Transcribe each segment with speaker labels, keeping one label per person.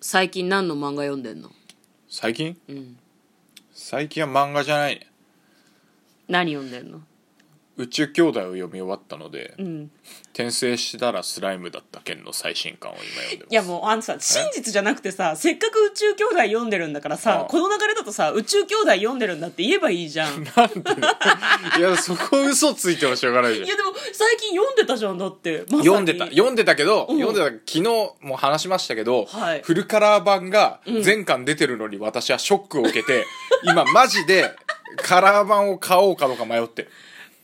Speaker 1: 最近何の漫画読んでんの
Speaker 2: 最近
Speaker 1: うん
Speaker 2: 最近は漫画じゃないね
Speaker 1: 何読んでんの
Speaker 2: 宇宙兄弟を読み終わったので、
Speaker 1: うん
Speaker 2: 転生したらスライムだった件の最新刊を今読んでます
Speaker 1: いやもうあのさ真実じゃなくてさせっかく宇宙兄弟読んでるんだからさ
Speaker 2: ああ
Speaker 1: この流れだとさ宇宙兄弟読んでるんだって言えばいいじ ゃんいや
Speaker 2: いやそこ嘘ついてもしょうがないじゃん
Speaker 1: でも最近読んでたじゃんだって、まさに
Speaker 2: 読んでた読んでたけど、
Speaker 1: ん
Speaker 2: 読んでた昨日も話しましたけど、
Speaker 1: はい
Speaker 2: フルカラー版が全巻出てるのに私はショックを受けて、今マジでカラー版を買おうかどうか迷ってる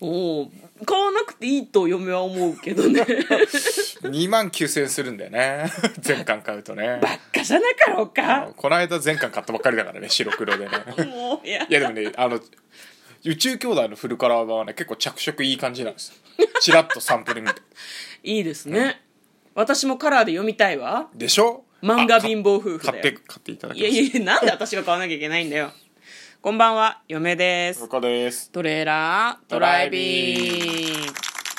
Speaker 1: おう買わなくていいと嫁は思うけど ね
Speaker 2: 2万9000円するんだよね 全巻買うとね
Speaker 1: バッカじゃなかろうか
Speaker 2: この間全巻買ったばっかりだからね白黒でね
Speaker 1: もういや
Speaker 2: いやでもねあの宇宙兄弟のフルカラー版はね結構着色いい感じなんですよチラッとサンプル見て
Speaker 1: いいですね、私もカラーで読みたいわ
Speaker 2: でしょ
Speaker 1: 漫画貧
Speaker 2: ン
Speaker 1: 乏夫婦
Speaker 2: 買
Speaker 1: だ
Speaker 2: って
Speaker 1: よ
Speaker 2: 買っていただき
Speaker 1: い
Speaker 2: ま
Speaker 1: や
Speaker 2: す
Speaker 1: いやなんで私が買わなきゃいけないんだよこんばんは嫁です
Speaker 2: 岡です
Speaker 1: トレーラードライビング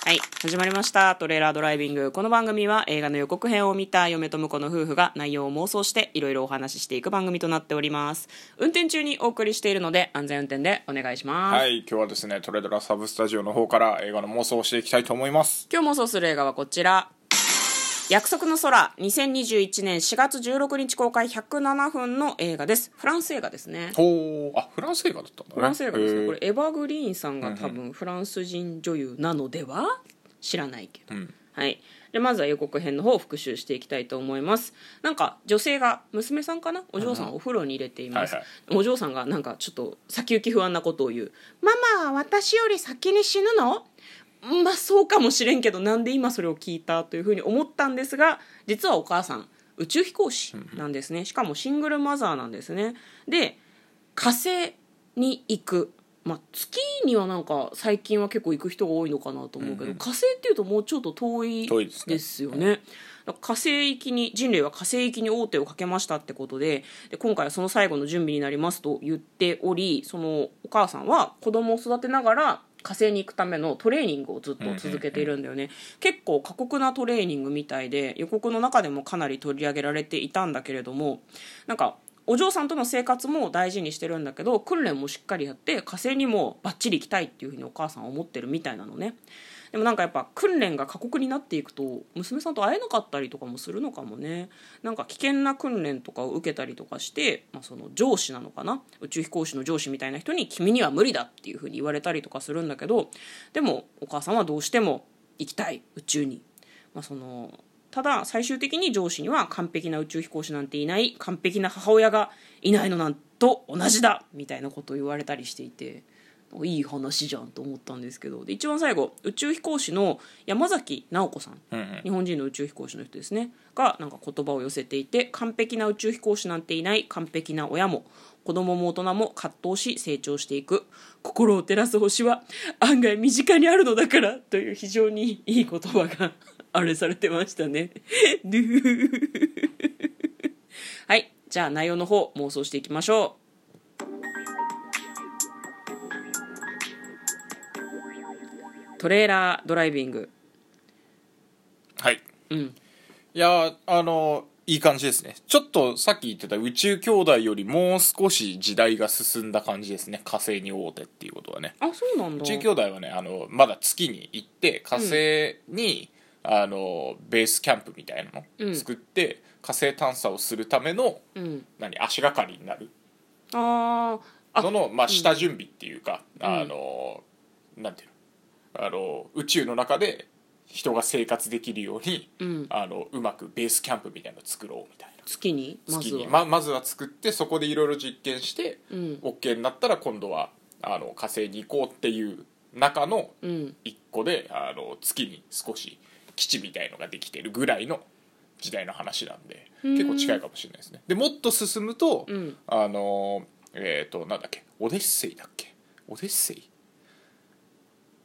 Speaker 1: はい始まりましたトレーラードライビングこの番組は映画の予告編を見た嫁と婿の夫婦が内容を妄想していろいろお話ししていく番組となっております運転中にお送りしているので安全運転でお願いします、
Speaker 2: はい今日はですねトレドラサブスタジオの方から映画の妄想をしていきたいと思います
Speaker 1: 今日妄想する映画はこちら約束の空2021年4月16日公開107分の映画ですフランス映画ですね
Speaker 2: ほうあフランス映画だったんだね
Speaker 1: フランス映画ですねこれ
Speaker 2: え
Speaker 1: エヴァグリーンさんが多分フランス人女優なのでは知らないけど、はいでまずは予告編の方を復習していきたいと思いますなんか女性が娘さんかなお嬢さんをお風呂に入れています、
Speaker 2: はい
Speaker 1: お嬢さんがなんかちょっと先行き不安なことを言う「ママは私より先に死ぬの?」まあそうかもしれんけどなんで今それを聞いたというふうに思ったんですが実はお母さん宇宙飛行士なんですねしかもシングルマザーなんですねで火星に行く、まあ、月にはなんか最近は結構行く人が多いのかなと思うけど、火星っていうともうちょっと遠い
Speaker 2: 遠いですね
Speaker 1: ですよね。だから火星域に人類は火星域に王手をかけましたってことでで今回はその最後の準備になりますと言っておりそのお母さんは子供を育てながら火星に行くためのトレーニングをずっと続けているんだよね、結構過酷なトレーニングみたいで予告の中でもかなり取り上げられていたんだけれどもなんかお嬢さんとの生活も大事にしてるんだけど訓練もしっかりやって火星にもバッチリ行きたいっていうふうにお母さんは思ってるみたいなのねでもなんかやっぱ訓練が過酷になっていくと娘さんと会えなかったりとかもするのかもねなんか危険な訓練とかを受けたりとかして、まあ、その上司なのかな宇宙飛行士の上司みたいな人に「君には無理だ」っていうふうに言われたりとかするんだけどでもお母さんはどうしても行きたい宇宙にまあ、そのただ最終的に上司には完璧な宇宙飛行士なんていない完璧な母親がいないのなんと同じだみたいなことを言われたりしていていい話じゃんと思ったんですけどで一番最後宇宙飛行士の山崎直子さん
Speaker 2: うんうん
Speaker 1: 日本人の宇宙飛行士の人ですねがなんか言葉を寄せていて完璧な宇宙飛行士なんていない完璧な親も子供も大人も葛藤し成長していく心を照らす星は案外身近にあるのだからという非常にいい言葉が あれされてましたね。 ドゥーはいじゃあ内容の方妄想していきましょう。トレーラードライビング
Speaker 2: はい
Speaker 1: うん
Speaker 2: いやーあのいい感じですねちょっとさっき言ってた宇宙兄弟よりもう少し時代が進んだ感じですね火星に大手っていうことはね
Speaker 1: あそうなんだ
Speaker 2: 宇宙兄弟はねあのまだ月に行って火星に、あのベースキャンプみたいな
Speaker 1: うん
Speaker 2: の作って、火星探査をするための
Speaker 1: うん、
Speaker 2: 何足がかりになる
Speaker 1: あーあ
Speaker 2: ののまあ、下準備っていうか、
Speaker 1: ん
Speaker 2: あのなんていうのあの宇宙の中で人が生活できるように、
Speaker 1: うん
Speaker 2: あのうまくベースキャンプみたいなの作ろうみたいな。
Speaker 1: 月にま
Speaker 2: 月
Speaker 1: ず
Speaker 2: に
Speaker 1: は、
Speaker 2: ままずは作ってそこでいろいろ実験して、
Speaker 1: うん
Speaker 2: OK になったら今度はあの火星に行こうっていう中の
Speaker 1: うん
Speaker 2: 一個で、あの月に少し基地みたいのができてるぐらいの時代の話なんで
Speaker 1: うん
Speaker 2: 結構近いかもしれないですねでもっと進むと、
Speaker 1: うん
Speaker 2: あのえっ、となんだっけオデッセイだっけオデッセイ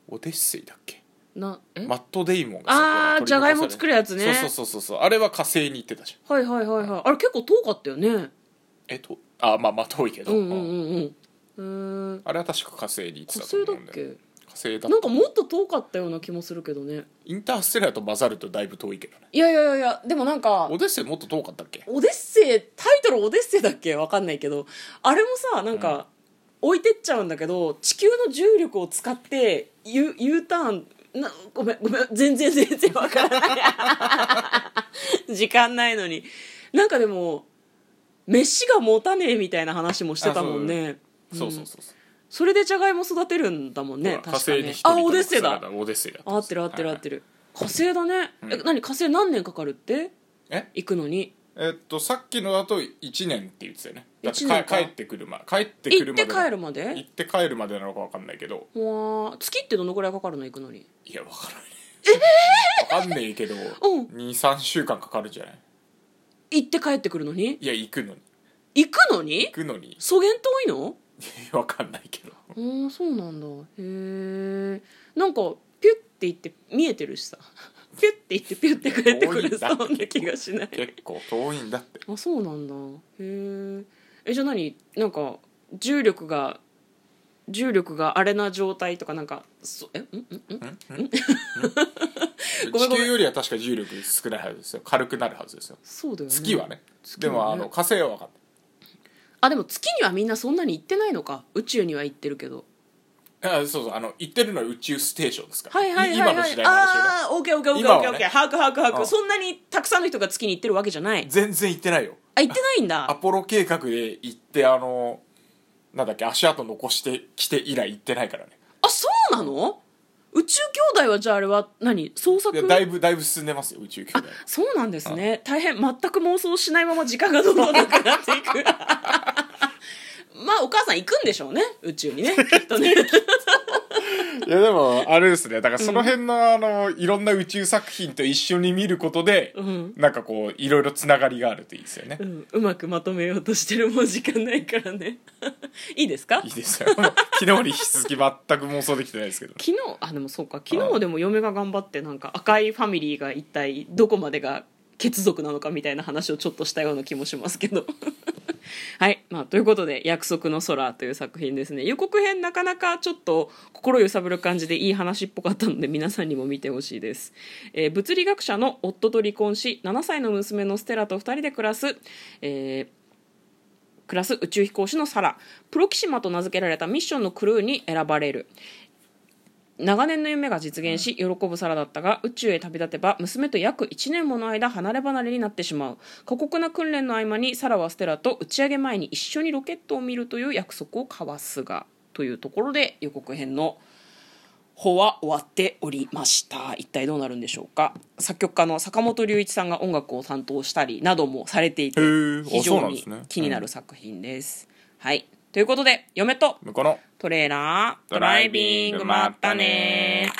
Speaker 2: オデッセイだっけ
Speaker 1: なえ、
Speaker 2: マット・デイモンが
Speaker 1: あー
Speaker 2: そこから取り残され
Speaker 1: じゃがいも作るやつね
Speaker 2: そうそうそうそうあれは火星に行ってたじゃん
Speaker 1: はいはいはいはいあれ結構遠かったよね
Speaker 2: えっとあまあまあ遠いけ
Speaker 1: う
Speaker 2: ど、
Speaker 1: んうんうんうんうーん
Speaker 2: あれは確か火星に行って
Speaker 1: 火
Speaker 2: たと
Speaker 1: 星だ
Speaker 2: 思う
Speaker 1: っ
Speaker 2: んだよ
Speaker 1: け
Speaker 2: 火星だ
Speaker 1: なんかもっと遠かったような気もするけどね
Speaker 2: インターステラーと混ざるとだいぶ遠いけどね
Speaker 1: いやいやいやいやでもなんか
Speaker 2: オデッセイもっと遠かったっけ
Speaker 1: オデッセイタイトル「オデッセイ」だっけわかんないけどあれもさなんか置いてっちゃうんだけど地球の重力を使って U, U ターンなごめんごめん全然全然わからない 時間ないのになんかでも飯が持たねえみたいな話もしてたもんね
Speaker 2: そうそうそうそう
Speaker 1: それでじゃがいも育てるんだもんね
Speaker 2: ほら火
Speaker 1: 確か
Speaker 2: 星
Speaker 1: ね
Speaker 2: に人
Speaker 1: あ
Speaker 2: 々
Speaker 1: オデッ
Speaker 2: の
Speaker 1: セイだ
Speaker 2: 姿オデッセイだ
Speaker 1: 合ってる合ってる合って
Speaker 2: る
Speaker 1: る、火星だね、
Speaker 2: うん
Speaker 1: え何火星何年かかるって
Speaker 2: え
Speaker 1: 行くのに
Speaker 2: えっとさっきのだと1年って言ってたよねだって
Speaker 1: 一年
Speaker 2: か
Speaker 1: か
Speaker 2: 帰ってくるま帰ってく
Speaker 1: 行っ
Speaker 2: るまで
Speaker 1: て帰るまで
Speaker 2: 行って帰るまでなのか分かんないけど
Speaker 1: わあ月ってどのぐらいかかるの行くのに
Speaker 2: いや分からない分かんねえけど、
Speaker 1: ん
Speaker 2: 23週間かかるんじゃない
Speaker 1: 行って帰ってくるのに
Speaker 2: いや行くのに
Speaker 1: 行くのに
Speaker 2: 行くのに
Speaker 1: そげん遠いの
Speaker 2: 分かんないけど
Speaker 1: ああそうなんだへえんかピュッて行って見えてるしさ ピュッて行ってピュッて帰ってくる
Speaker 2: 遠いんだ
Speaker 1: そ
Speaker 2: って
Speaker 1: んな気がしない
Speaker 2: 結構遠いんだって
Speaker 1: あそうなんだへええじゃあ何なんか重力が重力があれな状態とかなんかそえんんごめん
Speaker 2: 地
Speaker 1: ごめん
Speaker 2: 球よりは確か重力少ないはずですよ軽くなるはずですよ
Speaker 1: そうだよね
Speaker 2: 月はね
Speaker 1: 月
Speaker 2: で
Speaker 1: はね
Speaker 2: もあの火星は分かん
Speaker 1: あでも月にはみんなそんなに行ってないのか宇宙には行ってるけど
Speaker 2: ないあそうそうあの行ってるのは宇宙ステーションですから、
Speaker 1: はいはいはい
Speaker 2: 今
Speaker 1: は
Speaker 2: の
Speaker 1: い
Speaker 2: 時代の話よね
Speaker 1: ああーオッケーオッケーオッケー
Speaker 2: 今
Speaker 1: オッ
Speaker 2: は
Speaker 1: ケ
Speaker 2: ね
Speaker 1: ーオッケー把握把握把握
Speaker 2: うん
Speaker 1: そんなにたくさんの人が月に行ってるわけじゃない
Speaker 2: 全然行ってないよ
Speaker 1: あ行ってないん
Speaker 2: ア
Speaker 1: だ
Speaker 2: ポロ計画で行ってあのなんだっけ足跡残してきて以来行ってないからね
Speaker 1: あそうなの宇宙兄弟はじゃああれは何創
Speaker 2: いや
Speaker 1: 作
Speaker 2: だいぶだいぶ進んでますよ宇宙兄弟
Speaker 1: そうなんですね大変全く妄想しないまま時間がどんどんなくなってい くまあお母さん行くんでしょうね宇宙 にねきっとね
Speaker 2: いやでもあれですねだからその辺のあのいろんな宇宙作品と一緒に見ることで、
Speaker 1: うん
Speaker 2: なんかこういろいろつながりがあるといいですよね
Speaker 1: う、んうまくまとめようとしてるもう時間ないからね いいですか
Speaker 2: いいですよ昨日に引き続き全く妄想できてないですけど
Speaker 1: 昨日あでもそうか昨日でも嫁が頑張ってなんか赤いファミリーが一体どこまでが血族なのかみたいな話をちょっとしたような気もしますけど はい、まあ、ということで「約束の空」という作品ですね予告編なかなかちょっと心揺さぶる感じでいい話っぽかったので皆さんにも見てほしいです、えー物理学者の夫と離婚し7歳の娘のステラと2人で暮らす、えー暮らす宇宙飛行士のサラプロキシマと名付けられたミッションのクルーに選ばれる長年の夢が実現し喜ぶサラだったが宇宙へ旅立てば娘と約1年もの間離れ離れになってしまう過酷な訓練の合間にサラはステラと打ち上げ前に一緒にロケットを見るという約束を交わすがというところで予告編の方は終わっておりました一体どうなるんでしょうか作曲家の坂本龍一さんが音楽を担当したりなどもされていて
Speaker 2: へーあ
Speaker 1: 非
Speaker 2: そ
Speaker 1: 常
Speaker 2: うなんで
Speaker 1: に
Speaker 2: すね
Speaker 1: 気になる作品です、はいということで嫁と
Speaker 2: 向こうの
Speaker 1: トレーラード
Speaker 2: ドライビングまったねー